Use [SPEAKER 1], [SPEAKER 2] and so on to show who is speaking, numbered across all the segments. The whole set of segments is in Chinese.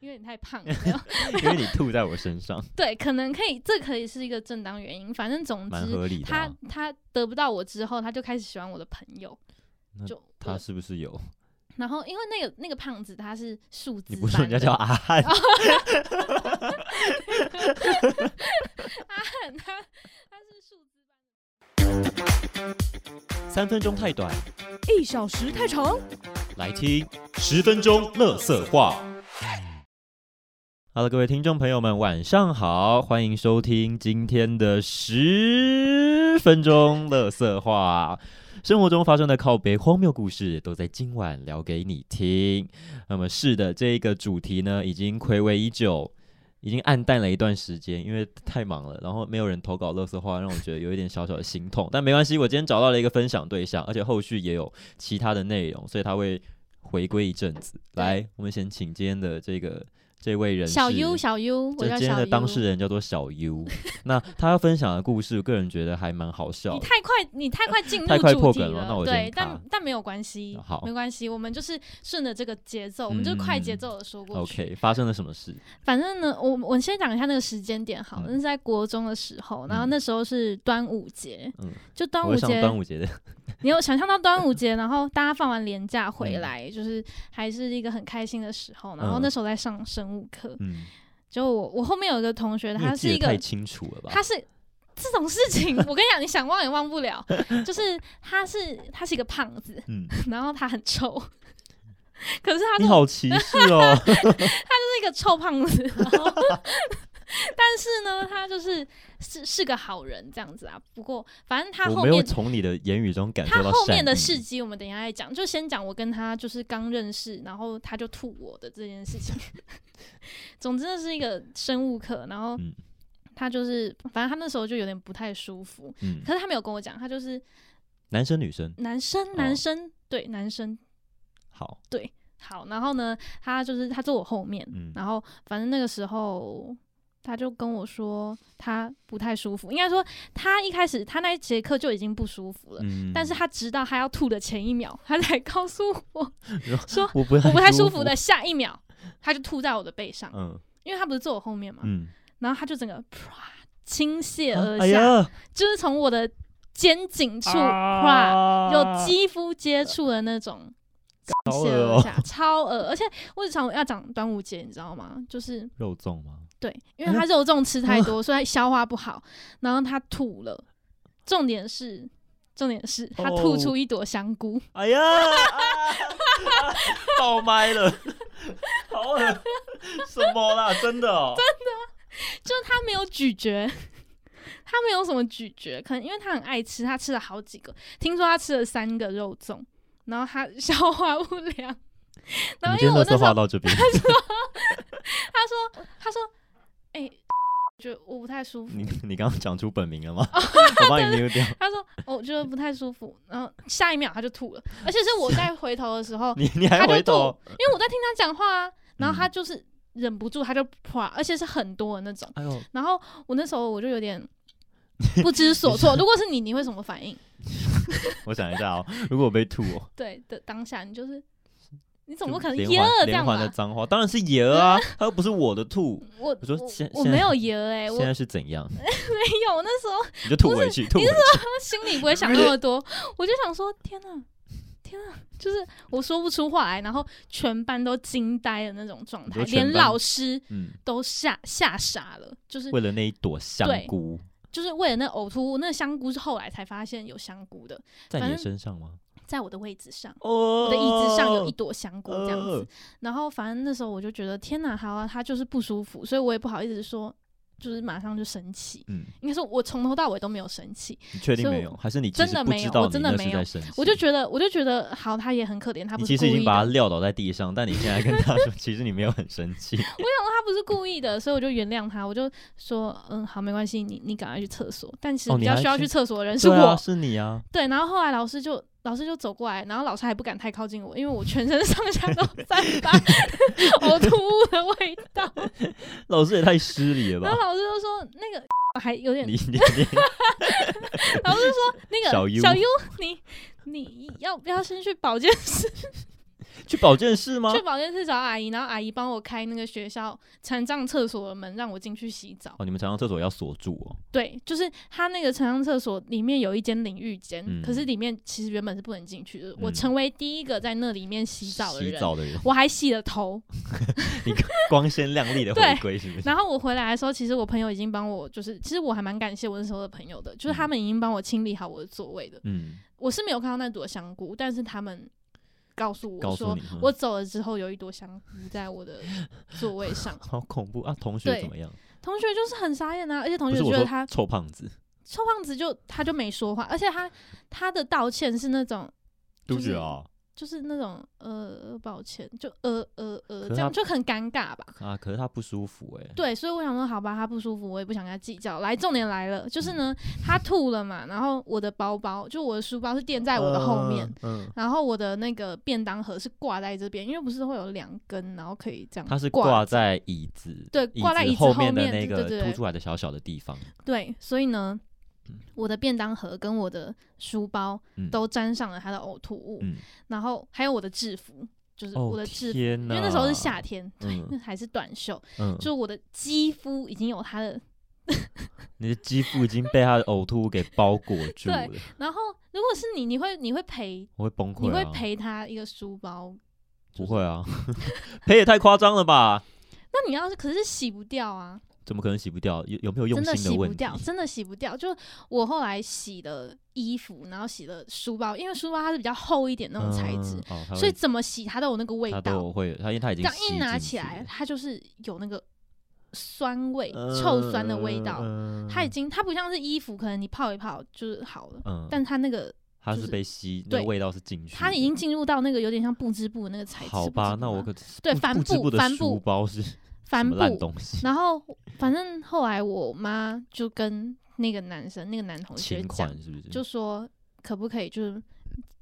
[SPEAKER 1] 因为你太胖了。没 有
[SPEAKER 2] 因为你吐在我身 上，
[SPEAKER 1] 对，可能可以，这可以是一个正当原因。反正总
[SPEAKER 2] 蛮
[SPEAKER 1] 之，
[SPEAKER 2] 合理的、
[SPEAKER 1] 他
[SPEAKER 2] 啊。
[SPEAKER 1] 他得不到我之后，他就开始喜欢我的朋友
[SPEAKER 2] 那。
[SPEAKER 1] 就
[SPEAKER 2] 他
[SPEAKER 1] 我
[SPEAKER 2] 是不是有？
[SPEAKER 1] 然后因为那个那个胖子他是数字班的，
[SPEAKER 2] 你不是说人家叫阿汉？
[SPEAKER 3] 哦
[SPEAKER 1] 他他是数字
[SPEAKER 2] 三分钟太短，
[SPEAKER 3] 一小时太长。
[SPEAKER 2] 来听十分钟乐色话。Hello，各位听众朋友们，晚上好，欢迎收听今天的十分钟乐色话。生活中发生的靠北荒谬故事，都在今晚聊给你听。那么，是的，这一个主题呢，已经暌违已久，已经暗淡了一段时间，因为太忙了，然后没有人投稿乐色话，让我觉得有一点小小的心痛。但没关系，我今天找到了一个分享对象，而且后续也有其他的内容，所以他会回归一阵子。
[SPEAKER 1] 对
[SPEAKER 2] 来，我们先请今天的这个这位人士
[SPEAKER 1] 小 U 小 U，我
[SPEAKER 2] 这
[SPEAKER 1] 叫
[SPEAKER 2] 今天
[SPEAKER 1] 小
[SPEAKER 2] 的
[SPEAKER 1] U。
[SPEAKER 2] 当事人叫做小 U，那他要分享的故事，我个人觉得还蛮好笑
[SPEAKER 1] 你
[SPEAKER 2] 的。
[SPEAKER 1] 太快，你太快进入
[SPEAKER 2] 太快
[SPEAKER 1] 主
[SPEAKER 2] 破
[SPEAKER 1] 题
[SPEAKER 2] 梗了那我先
[SPEAKER 1] 对，但
[SPEAKER 2] 卡
[SPEAKER 1] 但没有关系，
[SPEAKER 2] 好嗯
[SPEAKER 1] 没关系，我们就是顺着这个节奏，我们就是快节奏的说过去。
[SPEAKER 2] OK，发生了什么事？
[SPEAKER 1] 反正呢，我我先讲一下那个时间点好了，
[SPEAKER 2] 嗯
[SPEAKER 1] 那是在国中的时候，然后
[SPEAKER 2] 嗯
[SPEAKER 1] 那时候是端午节，
[SPEAKER 2] 嗯
[SPEAKER 1] 就端
[SPEAKER 2] 我
[SPEAKER 1] 午
[SPEAKER 2] 会上
[SPEAKER 1] 节，
[SPEAKER 2] 端午节的，
[SPEAKER 1] 你有想象到端午 节，然后大家放完年假回来，就是还是一个很开心的时候，然后
[SPEAKER 2] 嗯
[SPEAKER 1] 那时候在上生物课，
[SPEAKER 2] 嗯，
[SPEAKER 1] 就我我后面有一个同学，
[SPEAKER 2] 你
[SPEAKER 1] 他
[SPEAKER 2] 也
[SPEAKER 1] 是
[SPEAKER 2] 记
[SPEAKER 1] 一
[SPEAKER 2] 得
[SPEAKER 1] 个
[SPEAKER 2] 太清楚了吧？
[SPEAKER 1] 他是这种事情， 我跟你讲，你想忘也忘不了。就是他是他是一个胖子，
[SPEAKER 2] 嗯，
[SPEAKER 1] 然后他很臭， 可是他
[SPEAKER 2] 你
[SPEAKER 1] 是
[SPEAKER 2] 好歧视哦。
[SPEAKER 1] 一个臭胖子。然后 但是呢，他就是是是个好人这样子啊。不过反正他
[SPEAKER 2] 我
[SPEAKER 1] 后
[SPEAKER 2] 没有
[SPEAKER 1] 面
[SPEAKER 2] 从你的言语中感
[SPEAKER 1] 他
[SPEAKER 2] 受到
[SPEAKER 1] 后
[SPEAKER 2] 善
[SPEAKER 1] 面的
[SPEAKER 2] 意
[SPEAKER 1] 事迹，我们等一下再讲。就先讲我跟他就是刚认识，然后他就吐我的这件事情。 总之，那是一个生物课，然后
[SPEAKER 2] 嗯
[SPEAKER 1] 他就是，反正他那时候就有点不太舒服，
[SPEAKER 2] 嗯，
[SPEAKER 1] 可是他没有跟我讲，他就是
[SPEAKER 2] 男生女生
[SPEAKER 1] 男
[SPEAKER 2] 哦
[SPEAKER 1] 生，男生，对，男生。
[SPEAKER 2] 好，
[SPEAKER 1] 好，然后呢，他就是他坐我后面，
[SPEAKER 2] 嗯
[SPEAKER 1] 然后反正那个时候他就跟我说他不太舒服，应该说他一开始他那一节课就已经不舒服了。
[SPEAKER 2] 嗯，
[SPEAKER 1] 但是他直到他要吐的前一秒，他才告诉 我说
[SPEAKER 2] 我不
[SPEAKER 1] 我不太舒
[SPEAKER 2] 服
[SPEAKER 1] 服的，下一秒，他就吐在我的背上，
[SPEAKER 2] 嗯
[SPEAKER 1] 因为他不是坐我后面嘛，
[SPEAKER 2] 嗯，
[SPEAKER 1] 然后他就整个啪倾泻
[SPEAKER 2] 啊
[SPEAKER 1] 而
[SPEAKER 2] 哎
[SPEAKER 1] 下，
[SPEAKER 2] 呀，
[SPEAKER 1] 就是从我的肩颈处啪
[SPEAKER 2] 啊
[SPEAKER 1] 有肌肤接触的那种，
[SPEAKER 2] 好
[SPEAKER 1] 谢
[SPEAKER 2] 恶
[SPEAKER 1] 了一
[SPEAKER 2] 哦，
[SPEAKER 1] 下，超恶。而且为什么要讲端午节，你知道吗？就是
[SPEAKER 2] 肉粽吗？
[SPEAKER 1] 对，因
[SPEAKER 2] 嗯
[SPEAKER 1] 为他肉粽吃太多，所以他消化不好，然后他吐了。重点是，重点是他吐
[SPEAKER 2] 哦
[SPEAKER 1] 出一朵香菇，
[SPEAKER 2] 哎呀，啊爆麦了， 好恶，什么啦？真的哦，
[SPEAKER 1] 就是他没有咀嚼。他没有什么咀嚼，可能因为他很爱吃，他吃了好几个，听说他吃了三个肉粽，然后他 消化不良。
[SPEAKER 2] 我
[SPEAKER 1] 然
[SPEAKER 2] 们
[SPEAKER 1] 后因为
[SPEAKER 2] 今天
[SPEAKER 1] 我那
[SPEAKER 2] 乐色
[SPEAKER 1] 时候
[SPEAKER 2] 话到 这边，
[SPEAKER 1] 他说，他说，哎、 我觉得我不太舒服。
[SPEAKER 2] 你你刚刚讲出本名 了吗？我帮你 mute 掉。，
[SPEAKER 1] 他说、哦我觉得不太舒服，然后下一秒他就吐了，而且是我在回头的时候
[SPEAKER 2] 你你还
[SPEAKER 1] 他就
[SPEAKER 2] 回头
[SPEAKER 1] 吐？因为我在听他讲话啊，然后他
[SPEAKER 2] 嗯
[SPEAKER 1] 就是忍不住他就啪，而且是很多的那种。
[SPEAKER 2] 哎呦，
[SPEAKER 1] 然后我那时候我就有点不知所措。如果是你，你会什么 反应？
[SPEAKER 2] 我想一下哦，如果我被吐 哦，
[SPEAKER 1] 对的，当下你就是你
[SPEAKER 2] 怎
[SPEAKER 1] 总不可能
[SPEAKER 2] 连
[SPEAKER 1] 耶
[SPEAKER 2] 环
[SPEAKER 1] 儿这
[SPEAKER 2] 连
[SPEAKER 1] 样啊
[SPEAKER 2] 环的
[SPEAKER 1] 吧？
[SPEAKER 2] 脏话？当然是爷儿啊，他又不是我的吐。
[SPEAKER 1] 我
[SPEAKER 2] 我说
[SPEAKER 1] 我
[SPEAKER 2] 现
[SPEAKER 1] 我
[SPEAKER 2] 现
[SPEAKER 1] 没
[SPEAKER 2] 在
[SPEAKER 1] 有耶儿哎、我
[SPEAKER 2] 现在是怎样？
[SPEAKER 1] 没有，我那时候
[SPEAKER 2] 你就吐回去，吐回去。
[SPEAKER 1] 心里不会想那么多，我就想说，天哪，天哪，就是我说不出话来，然后全班都惊呆的那种状态，
[SPEAKER 2] 你说全
[SPEAKER 1] 连
[SPEAKER 2] 班
[SPEAKER 1] 老师
[SPEAKER 2] 嗯，
[SPEAKER 1] 都吓吓傻了，就是
[SPEAKER 2] 为了那一朵香
[SPEAKER 1] 对
[SPEAKER 2] 菇，
[SPEAKER 1] 就是为了那呕吐物，那香菇是后来才发现有香菇的，
[SPEAKER 2] 在你
[SPEAKER 1] 反
[SPEAKER 2] 的
[SPEAKER 1] 正
[SPEAKER 2] 身上吗？
[SPEAKER 1] 在我的位置上。
[SPEAKER 2] 哦
[SPEAKER 1] 我的椅子上有一朵香菇这样子
[SPEAKER 2] 哦，
[SPEAKER 1] 然后反正那时候我就觉得天哪，好啊，他就是不舒服，所以我也不好意思说，就是马上就生气。
[SPEAKER 2] 嗯，
[SPEAKER 1] 应该说，我从头到尾都没有生气，
[SPEAKER 2] 你确定
[SPEAKER 1] 所以
[SPEAKER 2] 没有？
[SPEAKER 1] 我
[SPEAKER 2] 还是你其
[SPEAKER 1] 真
[SPEAKER 2] 实
[SPEAKER 1] 的
[SPEAKER 2] 不
[SPEAKER 1] 没
[SPEAKER 2] 知
[SPEAKER 1] 有
[SPEAKER 2] 道
[SPEAKER 1] 我
[SPEAKER 2] 你
[SPEAKER 1] 真的
[SPEAKER 2] 那
[SPEAKER 1] 没
[SPEAKER 2] 是在
[SPEAKER 1] 有
[SPEAKER 2] 生气？
[SPEAKER 1] 我就觉得，我就觉得好，他也很可怜，他
[SPEAKER 2] 你
[SPEAKER 1] 不是
[SPEAKER 2] 其
[SPEAKER 1] 故
[SPEAKER 2] 实
[SPEAKER 1] 意
[SPEAKER 2] 已
[SPEAKER 1] 的。
[SPEAKER 2] 经把他撂倒在地上，但你现在跟他说， 其实你没有很生气。
[SPEAKER 1] 他不是故意的，所以我就原谅他，我就说，嗯，好，没关系，你你赶快去厕所。但其实
[SPEAKER 2] 哦
[SPEAKER 1] 比
[SPEAKER 2] 你
[SPEAKER 1] 较
[SPEAKER 2] 还
[SPEAKER 1] 需要
[SPEAKER 2] 去
[SPEAKER 1] 去厕所的人 是
[SPEAKER 2] 对
[SPEAKER 1] 我，
[SPEAKER 2] 啊，是你啊，
[SPEAKER 1] 对。然后后来老师就老师就走过来，然后老师还不敢太靠近我，因为我全身 上下都散发 呕吐物的味道。
[SPEAKER 2] 老师也太失礼了
[SPEAKER 1] 然后
[SPEAKER 2] 吧？
[SPEAKER 1] 老师就说，那个还有点
[SPEAKER 2] 你， 你
[SPEAKER 1] 老师就说，那个
[SPEAKER 2] 小 U
[SPEAKER 1] 小 U，你你要不要先去保健室？
[SPEAKER 2] 你去保健室吗？
[SPEAKER 1] 去保健室找阿姨，然后阿姨帮我开那个学校残障厕所的门，让我进去洗澡。
[SPEAKER 2] 哦，你们常常厕所要锁住哦。
[SPEAKER 1] 对，就是他那个残障厕所里面有一间淋浴间，
[SPEAKER 2] 嗯
[SPEAKER 1] 可是里面其实原本是不能进去的。我
[SPEAKER 2] 嗯
[SPEAKER 1] 成为第一个在那里面洗澡的
[SPEAKER 2] 洗
[SPEAKER 1] 人，
[SPEAKER 2] 澡的人，
[SPEAKER 1] 我还洗了头。
[SPEAKER 2] 光鲜亮丽的回
[SPEAKER 1] 对
[SPEAKER 2] 归是不是？
[SPEAKER 1] 然后我回来的时候，其实我朋友已经帮我，就是其实我还蛮感谢我那时候的朋友的，就是他们已经帮我清理好我的座位的。
[SPEAKER 2] 嗯，
[SPEAKER 1] 我是没有看到那朵香菇，但是他们告诉
[SPEAKER 2] 告
[SPEAKER 1] 我
[SPEAKER 2] 诉
[SPEAKER 1] 说，
[SPEAKER 2] 你，嗯
[SPEAKER 1] 我走了之后有一朵香菇在我的座位
[SPEAKER 2] 。
[SPEAKER 1] 上
[SPEAKER 2] 好恐怖啊！同学
[SPEAKER 1] 对
[SPEAKER 2] 怎么样？
[SPEAKER 1] 同学就是很傻眼啊，而且同
[SPEAKER 2] 不
[SPEAKER 1] 学
[SPEAKER 2] 是
[SPEAKER 1] 觉
[SPEAKER 2] 我
[SPEAKER 1] 得
[SPEAKER 2] 说
[SPEAKER 1] 他
[SPEAKER 2] 臭胖子，
[SPEAKER 1] 臭胖子就他就没说话，而且他他的道歉是那种
[SPEAKER 2] 对
[SPEAKER 1] 就
[SPEAKER 2] 不
[SPEAKER 1] 是
[SPEAKER 2] 起啊
[SPEAKER 1] 就是那种呃抱歉，就呃呃呃
[SPEAKER 2] 可是
[SPEAKER 1] 这
[SPEAKER 2] 他
[SPEAKER 1] 样就很尴尬吧。
[SPEAKER 2] 啊！可是他不舒服哎。
[SPEAKER 1] 对，所以我想说，好吧，他不舒服，我也不想跟他计较。来，重点来了，
[SPEAKER 2] 嗯
[SPEAKER 1] 就是呢，他吐了嘛，然后我的包包，就我的书包是垫在我的后面，
[SPEAKER 2] 嗯，嗯，
[SPEAKER 1] 然后我的那个便当盒是挂在这边，因为不是会有两根，然后可以这样，
[SPEAKER 2] 他是
[SPEAKER 1] 挂
[SPEAKER 2] 挂在椅子，
[SPEAKER 1] 对挂在椅子
[SPEAKER 2] 后
[SPEAKER 1] 后
[SPEAKER 2] 的
[SPEAKER 1] 面对
[SPEAKER 2] 那个
[SPEAKER 1] 对对
[SPEAKER 2] 凸出来的小小的地方，
[SPEAKER 1] 对，所以呢，我的便当盒跟我的书包
[SPEAKER 2] 嗯
[SPEAKER 1] 都沾上了他的呕吐物，
[SPEAKER 2] 嗯，
[SPEAKER 1] 然后还有我的制服，就是
[SPEAKER 2] 哦
[SPEAKER 1] 我的制服，
[SPEAKER 2] 天
[SPEAKER 1] 因
[SPEAKER 2] 哪
[SPEAKER 1] 为那时候是夏天，那
[SPEAKER 2] 嗯
[SPEAKER 1] 还是短袖，
[SPEAKER 2] 嗯，
[SPEAKER 1] 就我的肌肤已经有他的
[SPEAKER 2] 你的肌肤已经被他的呕吐物给包裹住了
[SPEAKER 1] 对，然后，如果是你，你会你会陪、
[SPEAKER 2] 我会崩溃、啊。
[SPEAKER 1] 你会？陪他一个书包？
[SPEAKER 2] 不会啊， 赔也太夸张了吧？
[SPEAKER 1] 那你要是可是洗不掉啊，
[SPEAKER 2] 怎么可能洗不掉？有有没有用
[SPEAKER 1] 真
[SPEAKER 2] 心
[SPEAKER 1] 洗不
[SPEAKER 2] 问题？
[SPEAKER 1] 掉，真的洗不掉。就我后来洗了衣服，然后洗了书包，因为书包它是比较厚一点那种材质，
[SPEAKER 2] 嗯哦、
[SPEAKER 1] 所以怎么洗它都有那个味
[SPEAKER 2] 它
[SPEAKER 1] 道。
[SPEAKER 2] 都会，它因为它已
[SPEAKER 1] 这
[SPEAKER 2] 经
[SPEAKER 1] 样
[SPEAKER 2] 吸
[SPEAKER 1] 一拿
[SPEAKER 2] 进
[SPEAKER 1] 起
[SPEAKER 2] 去
[SPEAKER 1] 来
[SPEAKER 2] 了，，
[SPEAKER 1] 它就是有那个酸味、臭酸的味道。
[SPEAKER 2] 嗯
[SPEAKER 1] 它已经，它不像是衣服，可能你泡一泡就是好了，
[SPEAKER 2] 嗯，
[SPEAKER 1] 但它那个
[SPEAKER 2] 它
[SPEAKER 1] 就是是
[SPEAKER 2] 被吸，那个
[SPEAKER 1] 对
[SPEAKER 2] 味道是进去的。
[SPEAKER 1] 它已经进入到那个有点像布织布的那个材质。
[SPEAKER 2] 好
[SPEAKER 1] 是布
[SPEAKER 2] 吧
[SPEAKER 1] 织，布
[SPEAKER 2] 那我
[SPEAKER 1] 吗
[SPEAKER 2] 可
[SPEAKER 1] 对
[SPEAKER 2] 不
[SPEAKER 1] 帆
[SPEAKER 2] 不知
[SPEAKER 1] 布
[SPEAKER 2] 不的
[SPEAKER 1] 帆
[SPEAKER 2] 书
[SPEAKER 1] 布
[SPEAKER 2] 包是什
[SPEAKER 1] 帆
[SPEAKER 2] 么烂
[SPEAKER 1] 布。
[SPEAKER 2] 东西？
[SPEAKER 1] 然后反正后来我妈就跟那个男生，那个男 同学
[SPEAKER 2] 情
[SPEAKER 1] 讲，
[SPEAKER 2] 款是不是？
[SPEAKER 1] 就说可不可以就是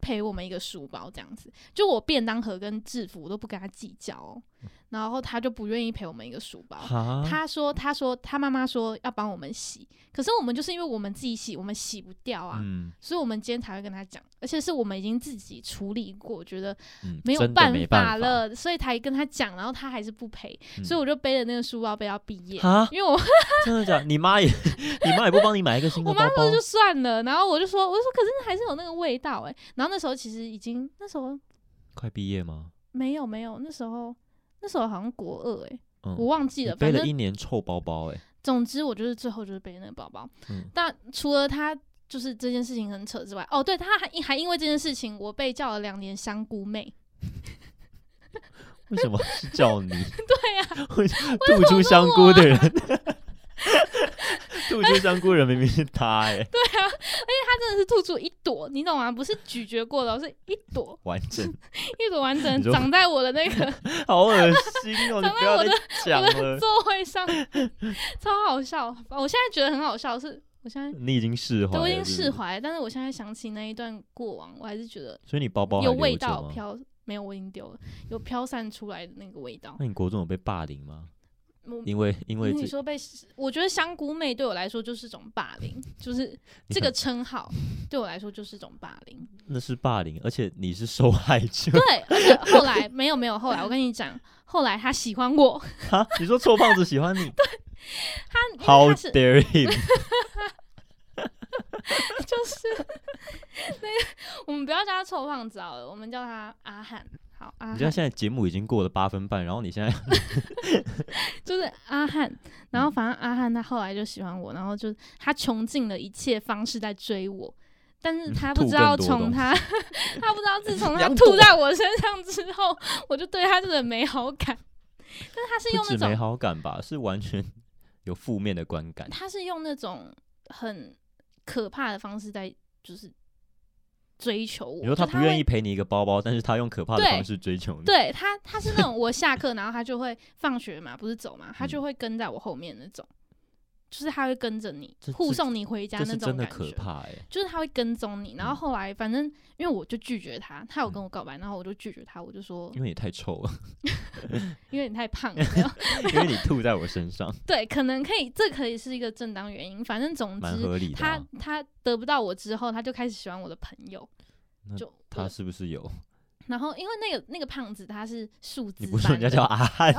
[SPEAKER 1] 赔我们一个书包这样子，就我便当盒跟制服我都不跟他计较、哦，然后他就不愿意赔我们一个书包。
[SPEAKER 2] 嗯哈，
[SPEAKER 1] 他说：“他说他妈妈说要帮我们洗，可是我们就是因为我们自己洗，我们洗不掉啊，
[SPEAKER 2] 嗯
[SPEAKER 1] 所以我们今天才会跟他讲，而且是我们已经自己处理过，觉得
[SPEAKER 2] 嗯，
[SPEAKER 1] 没有
[SPEAKER 2] 真的没
[SPEAKER 1] 法
[SPEAKER 2] 办
[SPEAKER 1] 了，所以才跟他讲，然后他还是不赔，
[SPEAKER 2] 嗯
[SPEAKER 1] 所以我就背着那个书包背到毕业，
[SPEAKER 2] 哈，
[SPEAKER 1] 因为我
[SPEAKER 2] 真的假的？你妈也， 你妈也不帮你买一个新的
[SPEAKER 1] 我
[SPEAKER 2] 包
[SPEAKER 1] 妈
[SPEAKER 2] 包
[SPEAKER 1] 说就算了，然后我就说，我就说可是还是有那个味道哎、然后那时候其实已经那时候
[SPEAKER 2] 快毕业吗？
[SPEAKER 1] 没有没有，那时候那时候好像国二哎、
[SPEAKER 2] 嗯，
[SPEAKER 1] 我忘记
[SPEAKER 2] 你
[SPEAKER 1] 了，
[SPEAKER 2] 背
[SPEAKER 1] 反
[SPEAKER 2] 了
[SPEAKER 1] 正
[SPEAKER 2] 一年臭包包、欸，哎，
[SPEAKER 1] 总之我就是最后就是背那个包包。
[SPEAKER 2] 嗯
[SPEAKER 1] 但除了他就是这件事情很扯之外，哦对，他还还因为这件事情我被叫了两年香菇妹，
[SPEAKER 2] 为什么是叫你？
[SPEAKER 1] 对呀、
[SPEAKER 2] 为什么吐出香菇的人， 吐出香菇的人明明是他、欸，哎，
[SPEAKER 1] 他真的是吐出一朵，你懂吗？不是咀嚼过的哦，是一朵
[SPEAKER 2] 完整，
[SPEAKER 1] 一朵完整
[SPEAKER 2] 你说
[SPEAKER 1] 地长在我的那个
[SPEAKER 2] 好恶心哦！你
[SPEAKER 1] 长
[SPEAKER 2] 不
[SPEAKER 1] 在
[SPEAKER 2] 要
[SPEAKER 1] 我
[SPEAKER 2] 再
[SPEAKER 1] 的
[SPEAKER 2] 讲了，
[SPEAKER 1] 座位上，超好笑。我现在觉得很好笑，是我现在
[SPEAKER 2] 你已经释怀
[SPEAKER 1] 对
[SPEAKER 2] 了，
[SPEAKER 1] 我已经
[SPEAKER 2] 是不
[SPEAKER 1] 释
[SPEAKER 2] 是，
[SPEAKER 1] 怀，但是我现在想起那一段过往，我还是觉得
[SPEAKER 2] 所以你包哦包还
[SPEAKER 1] 有
[SPEAKER 2] 留
[SPEAKER 1] 味
[SPEAKER 2] 着
[SPEAKER 1] 道
[SPEAKER 2] 吗？
[SPEAKER 1] 飘，没有我已经丢了，有飘散出来的那个味道。
[SPEAKER 2] 那你国中有被霸凌吗？
[SPEAKER 1] 我
[SPEAKER 2] 因为因为
[SPEAKER 1] 你
[SPEAKER 2] 这
[SPEAKER 1] 说被，我觉得香菇妹对我来说就是种霸凌，就是
[SPEAKER 2] 你
[SPEAKER 1] 这个
[SPEAKER 2] 很
[SPEAKER 1] 称号对我来说就是种霸 凌。
[SPEAKER 2] 那是霸凌，而且你是受害者
[SPEAKER 1] 对，而且后来没有没有后来，我跟你讲，后来他喜欢我，
[SPEAKER 2] 哈，你说臭胖子喜欢你
[SPEAKER 1] 他因
[SPEAKER 2] ，How
[SPEAKER 1] 为他是
[SPEAKER 2] dare him！
[SPEAKER 1] 就是 那个，我们不要叫他臭胖子好了，我们叫他阿汉。好，阿
[SPEAKER 2] 你知道
[SPEAKER 1] 汉
[SPEAKER 2] 现在节目已经过了八分半，然后你现在
[SPEAKER 1] 就是阿汉，然
[SPEAKER 2] 嗯
[SPEAKER 1] 后反正阿汉他后来就喜欢我，然后就他穷尽了一切方式在追我，但是他不知道
[SPEAKER 2] 嗯吐更多
[SPEAKER 1] 从他， 他不知道自 从他
[SPEAKER 2] 两朵
[SPEAKER 1] 吐在我身上之后，我就对他这个没好感。 但是他是
[SPEAKER 2] 不
[SPEAKER 1] 用
[SPEAKER 2] 止
[SPEAKER 1] 那
[SPEAKER 2] 没
[SPEAKER 1] 种，
[SPEAKER 2] 好感吧，是完全有负面的观感。
[SPEAKER 1] 他是用那种很可怕的方式在就是追求我。
[SPEAKER 2] 你说他
[SPEAKER 1] 就
[SPEAKER 2] 不愿
[SPEAKER 1] 会
[SPEAKER 2] 意赔你一个包包，但是他用可怕的
[SPEAKER 1] 对
[SPEAKER 2] 方式追求你。，
[SPEAKER 1] 对他，他是那种我下课，然后他就会放学嘛，不是走嘛，他
[SPEAKER 2] 嗯
[SPEAKER 1] 就会跟在我后面那种，就是他会跟着你
[SPEAKER 2] 这，
[SPEAKER 1] 护
[SPEAKER 2] 这
[SPEAKER 1] 送你回家
[SPEAKER 2] 这
[SPEAKER 1] 那
[SPEAKER 2] 是
[SPEAKER 1] 种
[SPEAKER 2] 真的
[SPEAKER 1] 感
[SPEAKER 2] 可
[SPEAKER 1] 觉。
[SPEAKER 2] 怕哎、
[SPEAKER 1] 就是他会跟踪你，然后
[SPEAKER 2] 嗯
[SPEAKER 1] 后来反正因为我就拒绝他，他有
[SPEAKER 2] 嗯
[SPEAKER 1] 跟我告白，然后我就拒绝他，我就说
[SPEAKER 2] 因为你太 臭了，
[SPEAKER 1] 因为你太胖 了，没有
[SPEAKER 2] 因为你吐在我 身上，
[SPEAKER 1] 对，可能可以，这可以是一个正当原因，反正总
[SPEAKER 2] 蛮
[SPEAKER 1] 之
[SPEAKER 2] 合理的啊、
[SPEAKER 1] 他他得不到我之后，他就开始喜欢我的朋友，
[SPEAKER 2] 那
[SPEAKER 1] 就
[SPEAKER 2] 他
[SPEAKER 1] 我
[SPEAKER 2] 是不是有
[SPEAKER 1] 然后因为那个那个胖子他是树枝
[SPEAKER 2] 你
[SPEAKER 1] 般的，哦
[SPEAKER 2] 不是说人家叫阿汉，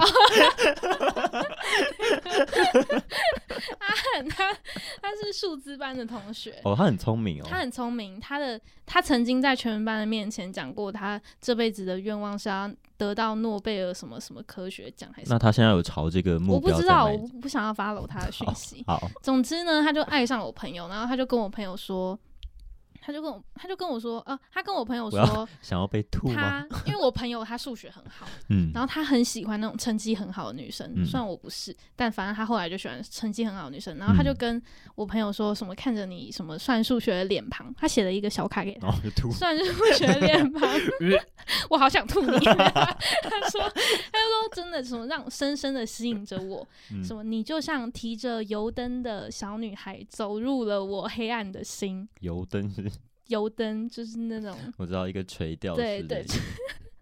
[SPEAKER 1] 他他是树枝班的同 学，
[SPEAKER 2] 哦，他很聪明哦，
[SPEAKER 1] 他很聪明，他的呃他曾经在全班的面前讲过，他这辈子的愿望是要得到诺贝尔什么什么科学奖还是什
[SPEAKER 2] 那
[SPEAKER 1] 么？
[SPEAKER 2] 他现在有朝这个目
[SPEAKER 1] 我不
[SPEAKER 2] 标
[SPEAKER 1] 知
[SPEAKER 2] 在
[SPEAKER 1] 道，
[SPEAKER 2] 迈
[SPEAKER 1] 我
[SPEAKER 2] 进？
[SPEAKER 1] 不想要 follow 他的讯息。
[SPEAKER 2] 好，
[SPEAKER 1] 总之呢，他就爱上我朋友，然后他就跟我朋友说，他就跟我他就跟我说，呃，他跟我朋友
[SPEAKER 2] 我要
[SPEAKER 1] 说，
[SPEAKER 2] 想要被吐吗？
[SPEAKER 1] 他因为我朋友他数学很好，
[SPEAKER 2] 嗯，
[SPEAKER 1] 然后他很喜欢那种成绩很好的女生，
[SPEAKER 2] 嗯
[SPEAKER 1] 虽然我不是，但反正他后来就喜欢成绩很好的女生。然后他就
[SPEAKER 2] 嗯
[SPEAKER 1] 跟我朋友说什么看着你什么算数学的脸庞，他写了一个小卡给他
[SPEAKER 2] 然，后就 吐，
[SPEAKER 1] 算数学的脸庞， 我好想吐你。 他说他就说真的什么让深深的吸引着我，
[SPEAKER 2] 嗯
[SPEAKER 1] 什么你就像提着油灯的小女孩走入了我黑暗的心，
[SPEAKER 2] 油灯是，
[SPEAKER 1] 油灯就是那种
[SPEAKER 2] 我知道一个垂钓式
[SPEAKER 1] 对
[SPEAKER 2] 的
[SPEAKER 1] 对
[SPEAKER 2] 一个，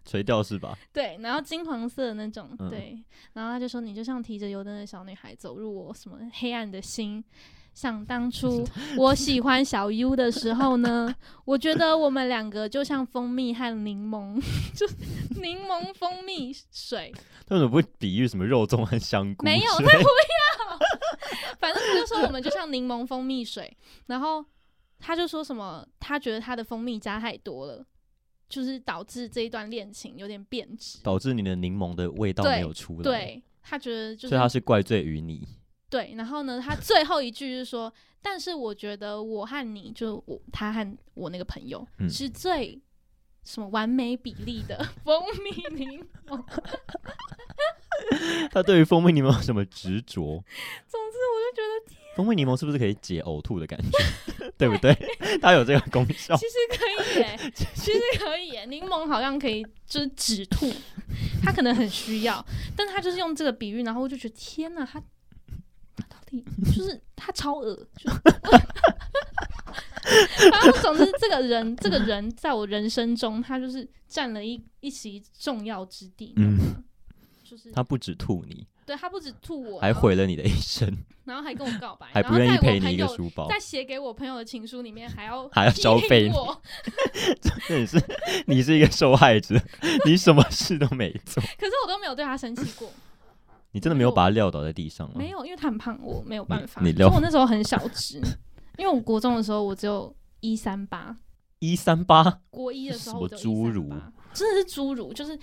[SPEAKER 2] 垂钓是吧？
[SPEAKER 1] 对，然后金黄色的那种，
[SPEAKER 2] 嗯
[SPEAKER 1] 对，然后他就说你就像提着油灯的小女孩走入我什么黑暗的心。想 当初我喜欢小 U 的时候呢，我觉得我们两个就像蜂蜜和柠檬，就是柠檬蜂蜜水，
[SPEAKER 2] 他怎么不比喻什么肉粽和香菇之类
[SPEAKER 1] 没
[SPEAKER 2] 的？
[SPEAKER 1] 有他反正他就说我们就像柠檬蜂蜜水，然后他就说什么他觉得他的蜂蜜加太多了，就是导致这一段恋情有点变质，
[SPEAKER 2] 导致你的柠檬的味道
[SPEAKER 1] 对
[SPEAKER 2] 没有出来，，
[SPEAKER 1] 对他觉得就是
[SPEAKER 2] 所以他是怪罪于你。
[SPEAKER 1] 对，然后呢，他最后一句是说：“但是我觉得我和你，就我他和我那个朋友、
[SPEAKER 2] 嗯
[SPEAKER 1] 是最什么完美比例的 蜂蜜柠檬。”
[SPEAKER 2] 他对于蜂蜜柠檬有什么执着？
[SPEAKER 1] 总之，我就觉得
[SPEAKER 2] 蜂蜜柠檬是不是可以解呕吐的感 觉？对不对？它有这个功效。
[SPEAKER 1] 其实可以耶、 其实可以耶、柠檬好像可以就是止吐，他可能很需要，但他就是用这个比喻，然后我就觉得天哪，他他到底就是他超恶，就是 反正总之这个人，这个人在我人生中，他就是占了一一席重要之地，你懂吗
[SPEAKER 2] 嗯
[SPEAKER 1] 就是
[SPEAKER 2] 他不止吐你，
[SPEAKER 1] 对他不止吐我，
[SPEAKER 2] 还
[SPEAKER 1] 然后
[SPEAKER 2] 毁了你的一 生，
[SPEAKER 1] 然后还跟我告白，
[SPEAKER 2] 还不愿意
[SPEAKER 1] 然后在我
[SPEAKER 2] 赔你
[SPEAKER 1] 朋
[SPEAKER 2] 一个
[SPEAKER 1] 友
[SPEAKER 2] 书包，
[SPEAKER 1] 在写给我朋友的情书里面还要
[SPEAKER 2] 还要
[SPEAKER 1] 批
[SPEAKER 2] 消
[SPEAKER 1] 评
[SPEAKER 2] 费你
[SPEAKER 1] 我，
[SPEAKER 2] 这也是 你是一个受 害者，你什么事都没做，
[SPEAKER 1] 可是我都没有对他生 气过，
[SPEAKER 2] 你真的没有把他撂倒在地上吗？
[SPEAKER 1] 没有，因为他很胖，我没有办法。
[SPEAKER 2] 嗯你你
[SPEAKER 1] 所以
[SPEAKER 2] 了
[SPEAKER 1] 我那时候很小 只，因为我国中的时候我只有一三八，
[SPEAKER 2] 一三八，
[SPEAKER 1] 国一的时候
[SPEAKER 2] 什么
[SPEAKER 1] 我只有
[SPEAKER 2] 侏儒
[SPEAKER 1] 138，真的是侏儒，就是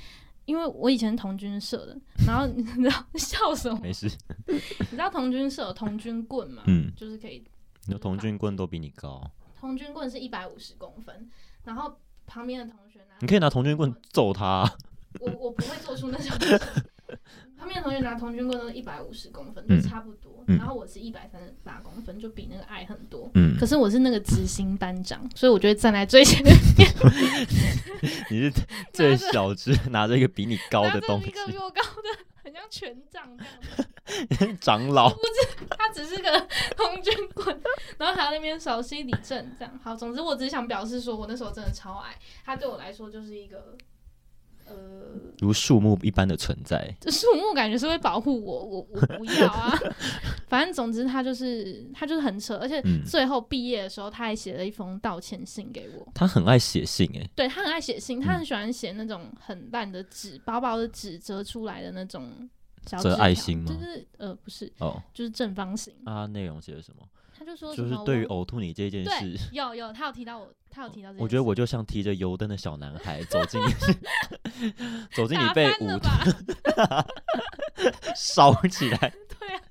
[SPEAKER 1] 因为我以前是童军社的，然后你知道笑什么？
[SPEAKER 2] 没事。
[SPEAKER 1] 你知道童军社有童军棍吗？
[SPEAKER 2] 嗯，
[SPEAKER 1] 就是可以，
[SPEAKER 2] 你说童军棍都比你高，
[SPEAKER 1] 童军棍是一百五十公分，然后旁边的同学拿，
[SPEAKER 2] 你可以拿童军棍揍他啊、
[SPEAKER 1] 我我不会做出那种 事情。旁边的同学拿童军棍都是一百五十公分，
[SPEAKER 2] 嗯
[SPEAKER 1] 就差不多。
[SPEAKER 2] 嗯
[SPEAKER 1] 然后我是一百三十八公分，就比那个矮很多。
[SPEAKER 2] 嗯
[SPEAKER 1] 可，是我是那个执行班长，所以我就会站在最前面，
[SPEAKER 2] 你是最小只，拿着一个比你高
[SPEAKER 1] 拿
[SPEAKER 2] 的
[SPEAKER 1] 着
[SPEAKER 2] 东
[SPEAKER 1] 一个比
[SPEAKER 2] 西，
[SPEAKER 1] 我高的，很像权杖这样子。
[SPEAKER 2] 长老。
[SPEAKER 1] 他只是个 空军棍，然后还要那边熟悉理正这样。好，总之我只是想表示说，我那时候真的超矮，他对我来说就是一个呃，
[SPEAKER 2] 如树木一般的存在。
[SPEAKER 1] 这树木感觉是会保护我，我我不要啊。反正总之他就是他就是很扯，而且
[SPEAKER 2] 嗯，
[SPEAKER 1] 最后毕业的时候，他还写了一封道歉信给我。
[SPEAKER 2] 他很爱写信欸诶、
[SPEAKER 1] 对他很爱写信，他
[SPEAKER 2] 嗯
[SPEAKER 1] 很喜欢写那种很烂的纸，薄薄的纸折出来的那种小
[SPEAKER 2] 折
[SPEAKER 1] 纸
[SPEAKER 2] 爱
[SPEAKER 1] 条
[SPEAKER 2] 心吗
[SPEAKER 1] 就是呃不是，
[SPEAKER 2] 哦，
[SPEAKER 1] 就是正方形。
[SPEAKER 2] 那他啊内容写的什么？
[SPEAKER 1] 他就说什
[SPEAKER 2] 就是
[SPEAKER 1] 么
[SPEAKER 2] 对于
[SPEAKER 1] 我
[SPEAKER 2] 呕吐你这件
[SPEAKER 1] 对
[SPEAKER 2] 事，
[SPEAKER 1] 有有，他有提到我，他有提到这件事。
[SPEAKER 2] 我觉得我就像提着油灯的小男孩走 进你，走进你
[SPEAKER 1] 打
[SPEAKER 2] 被
[SPEAKER 1] 翻了
[SPEAKER 2] 舞
[SPEAKER 1] 吧？
[SPEAKER 2] 烧起来。
[SPEAKER 1] 对啊，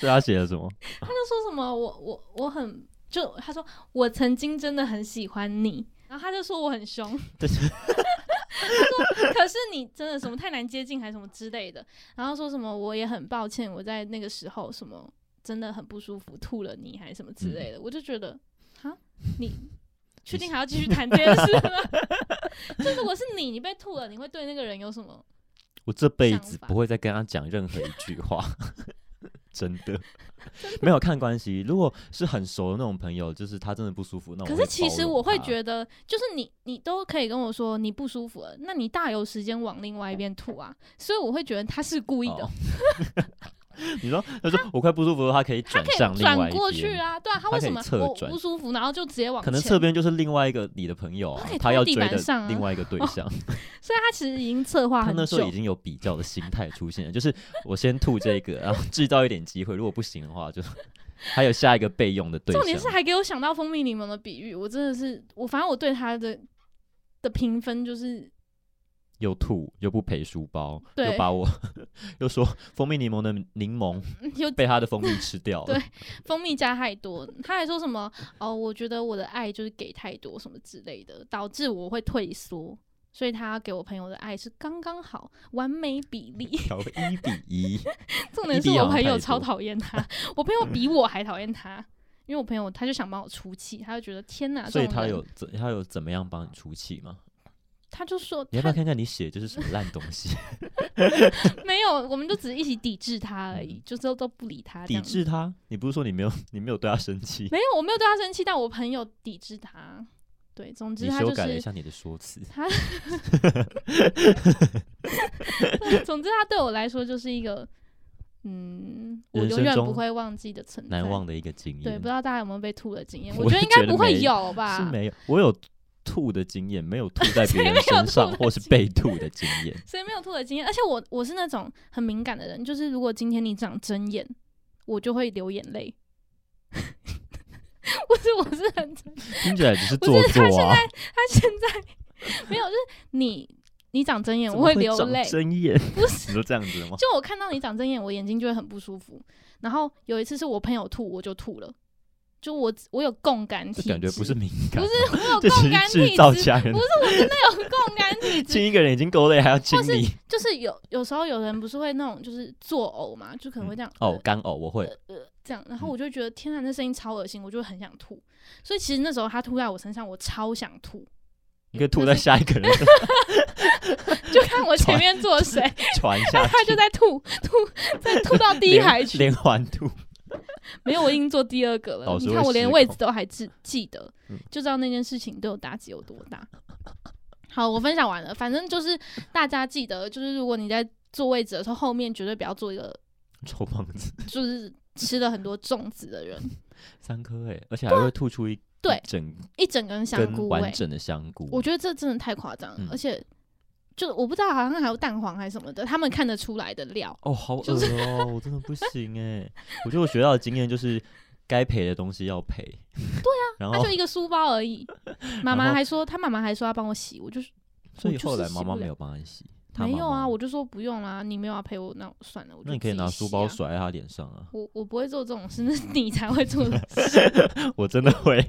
[SPEAKER 2] 对他写的什么？
[SPEAKER 1] 他就说什么我我我很就他说我曾经真的很喜欢你，然后他就说我很凶，
[SPEAKER 2] 这是
[SPEAKER 1] 可是你真的什么太难接近还是什么之类的，然后说什么我也很抱歉，我在那个时候什么真的很不舒服，吐了你还是什么之类的，我就觉得哈，你确定还要继续谈这件事吗？ 就如果是你，你被吐了，你会对那个人有什么？
[SPEAKER 2] 我这辈
[SPEAKER 1] 想
[SPEAKER 2] 子
[SPEAKER 1] 法
[SPEAKER 2] 不会再跟他讲任何一句 话，真的。没有看关系，如果是很熟的那种朋友，就是他真的不舒服，那我
[SPEAKER 1] 可是其实我会
[SPEAKER 2] 得，
[SPEAKER 1] 觉得，就是你你都可以跟我说你不舒服了， 那你大有时间往另外一边吐啊，所以我会觉得他是故意的。
[SPEAKER 2] 哦 你说，他说我快不舒服了，他可以
[SPEAKER 1] 他
[SPEAKER 2] 转
[SPEAKER 1] 可
[SPEAKER 2] 向
[SPEAKER 1] 以
[SPEAKER 2] 另外
[SPEAKER 1] 转
[SPEAKER 2] 一
[SPEAKER 1] 过去
[SPEAKER 2] 边，
[SPEAKER 1] 啊，对啊，他
[SPEAKER 2] 他
[SPEAKER 1] 为
[SPEAKER 2] 可以
[SPEAKER 1] 什么
[SPEAKER 2] 侧
[SPEAKER 1] 我
[SPEAKER 2] 转
[SPEAKER 1] 不舒服，然后就直接往前？
[SPEAKER 2] 可能侧边就是另外一个你的朋友啊
[SPEAKER 1] 他可以，
[SPEAKER 2] 他
[SPEAKER 1] 拖
[SPEAKER 2] 要
[SPEAKER 1] 地
[SPEAKER 2] 追
[SPEAKER 1] 板
[SPEAKER 2] 的
[SPEAKER 1] 上啊
[SPEAKER 2] 另外一个对象。
[SPEAKER 1] 所 以他其实已经策划
[SPEAKER 2] 他
[SPEAKER 1] 很
[SPEAKER 2] 那时候
[SPEAKER 1] 久
[SPEAKER 2] 已。经有比较的心态出现了， 就是我先吐这个，然后制造一点机会，如果不行的话，就还有下一个备用的对象。
[SPEAKER 1] 重点是还给我想到蜂蜜柠檬的比喻，我真的是我，反正我对他的的评分就是
[SPEAKER 2] 又吐又不赔书包，
[SPEAKER 1] 对
[SPEAKER 2] 又把我 又说蜂蜜柠檬的柠檬
[SPEAKER 1] 嗯有
[SPEAKER 2] 被他的蜂蜜吃掉了
[SPEAKER 1] 对。蜂蜜加太多，他还说什么哦，我觉得我的爱就是给太多什么之类的，导致我会退缩，所以他给我朋友的爱是刚刚好，完美比例。
[SPEAKER 2] 调一比一，
[SPEAKER 1] 重点
[SPEAKER 2] 一
[SPEAKER 1] 是
[SPEAKER 2] 定要
[SPEAKER 1] 我朋
[SPEAKER 2] 太
[SPEAKER 1] 友
[SPEAKER 2] 多
[SPEAKER 1] 超讨厌他，我朋友比我还讨厌他，因为我朋友他就想帮我出气，他就觉得天哪，
[SPEAKER 2] 所以
[SPEAKER 1] 这种
[SPEAKER 2] 他
[SPEAKER 1] 人
[SPEAKER 2] 有怎他有怎么样帮你出气吗？
[SPEAKER 1] 他就说
[SPEAKER 2] 你要不
[SPEAKER 1] 他
[SPEAKER 2] 要看看你写就是什么烂东 西？
[SPEAKER 1] 没有，我们就只是一起抵制他而已，就都都不理他这
[SPEAKER 2] 嗯抵
[SPEAKER 1] 样子，
[SPEAKER 2] 制他？你不是说你没有你没有对他生 气？
[SPEAKER 1] 没有，我没有对他生气，但我朋友抵制他。对，总之
[SPEAKER 2] 你
[SPEAKER 1] 他
[SPEAKER 2] 修
[SPEAKER 1] 就
[SPEAKER 2] 改了一
[SPEAKER 1] 是
[SPEAKER 2] 下你的说辞，
[SPEAKER 1] 他， 总之他对我来说就是一个，嗯，我
[SPEAKER 2] 人
[SPEAKER 1] 永
[SPEAKER 2] 生
[SPEAKER 1] 远
[SPEAKER 2] 中
[SPEAKER 1] 不会忘记的存在。
[SPEAKER 2] 难忘的一个经验。
[SPEAKER 1] 对，不知道大家有没有被吐的经验？
[SPEAKER 2] 我
[SPEAKER 1] 觉得
[SPEAKER 2] 也
[SPEAKER 1] 应该
[SPEAKER 2] 觉得
[SPEAKER 1] 不会
[SPEAKER 2] 没
[SPEAKER 1] 有吧。
[SPEAKER 2] 是没有，我有吐的经验，没有吐在别人
[SPEAKER 1] 没有
[SPEAKER 2] 身
[SPEAKER 1] 吐
[SPEAKER 2] 上
[SPEAKER 1] 的
[SPEAKER 2] 或是
[SPEAKER 1] 经
[SPEAKER 2] 被吐的经 验。
[SPEAKER 1] 所以没有吐的经验。而且我我是那种很敏感的人，就是如果今天你长针眼，我就会流眼泪。 不是，我是很真，
[SPEAKER 2] 听起来只是
[SPEAKER 1] 不是
[SPEAKER 2] 做作啊，
[SPEAKER 1] 他现在没有，就是你你长针眼，
[SPEAKER 2] 怎
[SPEAKER 1] 我
[SPEAKER 2] 么会
[SPEAKER 1] 流
[SPEAKER 2] 长
[SPEAKER 1] 泪。
[SPEAKER 2] 针眼，
[SPEAKER 1] 不是
[SPEAKER 2] 你，说这样子的吗？
[SPEAKER 1] 就我看到你长针眼，我眼睛就会很不舒服。然后有一次是我朋友吐，我就吐了。就我我有共感体
[SPEAKER 2] 这
[SPEAKER 1] 质，
[SPEAKER 2] 感觉不是敏
[SPEAKER 1] 不
[SPEAKER 2] 感，
[SPEAKER 1] 是我有
[SPEAKER 2] 这
[SPEAKER 1] 共
[SPEAKER 2] 只
[SPEAKER 1] 感
[SPEAKER 2] 是
[SPEAKER 1] 体
[SPEAKER 2] 制
[SPEAKER 1] 质，
[SPEAKER 2] 造家人
[SPEAKER 1] 不。是我真的有共感体质，
[SPEAKER 2] 亲一个人已经够累，还要亲
[SPEAKER 1] 或是
[SPEAKER 2] 你
[SPEAKER 1] 就是有有时候有人不是会那种就是作呕嘛，就可能会这样、呃
[SPEAKER 2] 哦，嗯干呕我会，
[SPEAKER 1] 这样，然后我就觉得天啊，那声音超恶心，我就很想吐。所以其实那时候他吐在我身上，我超想吐，
[SPEAKER 2] 你可以吐在下一个人
[SPEAKER 1] 就看我前面坐谁，
[SPEAKER 2] 传下
[SPEAKER 1] 他
[SPEAKER 2] 去，
[SPEAKER 1] 就在吐吐，再吐到第一
[SPEAKER 2] 连
[SPEAKER 1] 排去。
[SPEAKER 2] 连环吐，
[SPEAKER 1] 没有，我已经坐第二个了。
[SPEAKER 2] 老师
[SPEAKER 1] 你
[SPEAKER 2] 会
[SPEAKER 1] 看我
[SPEAKER 2] 失
[SPEAKER 1] 连
[SPEAKER 2] 控
[SPEAKER 1] 位置都还记记得
[SPEAKER 2] 嗯，
[SPEAKER 1] 就知道那件事情对我打击有多大。好，我分享完了。反正就是大家记得，就是如果你在坐位置的时候，后面绝对不要坐一个
[SPEAKER 2] 臭胖子
[SPEAKER 1] 就是吃了很多粽子的人，
[SPEAKER 2] 三颗哎，而且还会吐出一
[SPEAKER 1] 对
[SPEAKER 2] 一整
[SPEAKER 1] 一整根香菇
[SPEAKER 2] 根
[SPEAKER 1] 味
[SPEAKER 2] 完。整的香菇，
[SPEAKER 1] 我觉得这真的太夸张了，
[SPEAKER 2] 嗯
[SPEAKER 1] 而且就我不知道，好像还有蛋黄还是什么的，他们看得出来的料。
[SPEAKER 2] 哦，好恶
[SPEAKER 1] 就
[SPEAKER 2] 哦，我真的不行哎。我觉得我学到的经验就是，该赔的东西要赔。对啊，然
[SPEAKER 1] 他
[SPEAKER 2] 后
[SPEAKER 1] 就一个书包而 已，妈妈还说，他妈妈还说要帮我洗，我就我
[SPEAKER 2] 所以
[SPEAKER 1] 就是
[SPEAKER 2] 后来
[SPEAKER 1] 洗
[SPEAKER 2] 妈
[SPEAKER 1] 不
[SPEAKER 2] 妈
[SPEAKER 1] 了
[SPEAKER 2] 没有帮你洗，她
[SPEAKER 1] 没
[SPEAKER 2] 妈
[SPEAKER 1] 有
[SPEAKER 2] 妈
[SPEAKER 1] 啊，我就说不用啦，你没有要陪我，那算了，我就
[SPEAKER 2] 那你可以
[SPEAKER 1] 自己
[SPEAKER 2] 拿
[SPEAKER 1] 洗
[SPEAKER 2] 书包
[SPEAKER 1] 啊。
[SPEAKER 2] 甩在她脸上啊。
[SPEAKER 1] 我我不会做这种事，那是你才会做的事，
[SPEAKER 2] 我真的会，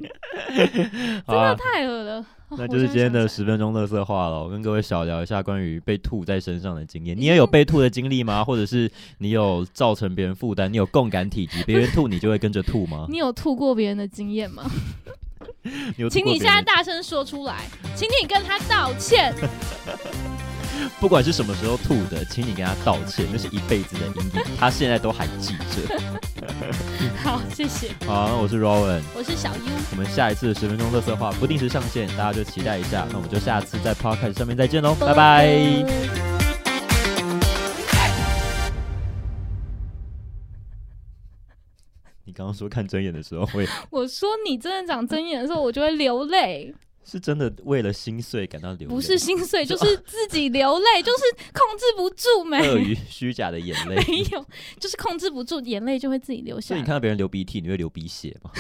[SPEAKER 2] 好
[SPEAKER 1] 真的
[SPEAKER 2] 啊，
[SPEAKER 1] 太恶了。哦
[SPEAKER 2] 那
[SPEAKER 1] 我
[SPEAKER 2] 就是
[SPEAKER 1] 现在
[SPEAKER 2] 今天的
[SPEAKER 1] 想起
[SPEAKER 2] 十分钟乐色话了。我跟各位小聊一下关于被吐在身上的经
[SPEAKER 1] 嗯
[SPEAKER 2] 验。你也有被吐的经历吗？或者是你有造成别人负担？你有共感体质，别人吐你就会跟着吐吗
[SPEAKER 1] 来，？你有吐过别人的经验吗？
[SPEAKER 2] 你有吐
[SPEAKER 1] 请
[SPEAKER 2] 过
[SPEAKER 1] 你现
[SPEAKER 2] 别
[SPEAKER 1] 在
[SPEAKER 2] 人
[SPEAKER 1] 大声说出来，请你跟他道 歉。
[SPEAKER 2] 不管是什么时候吐的，请你跟他道歉，那是一辈子的阴影，他现在都还记着。
[SPEAKER 1] 好，谢谢，
[SPEAKER 2] 好，我是 Rowan，
[SPEAKER 1] 我是小 U。
[SPEAKER 2] 我们下一次十分钟乐色话不定时上线，大家就期待一下。那我们就下次在 Podcast 上面再见喽，拜拜。你刚刚说看睁眼的时候，我也
[SPEAKER 1] 我说你真的长针眼的时候，我就会流泪，
[SPEAKER 2] 是真的为了心碎感到流泪，
[SPEAKER 1] 不是心 碎，就是自己流泪，就是控制不住没
[SPEAKER 2] 鳄鱼虚假的眼泪。
[SPEAKER 1] 没有，就是控制不住，眼泪就会自己流下
[SPEAKER 2] 所以
[SPEAKER 1] 来
[SPEAKER 2] 你。看到别人流鼻涕，你会流鼻血吗？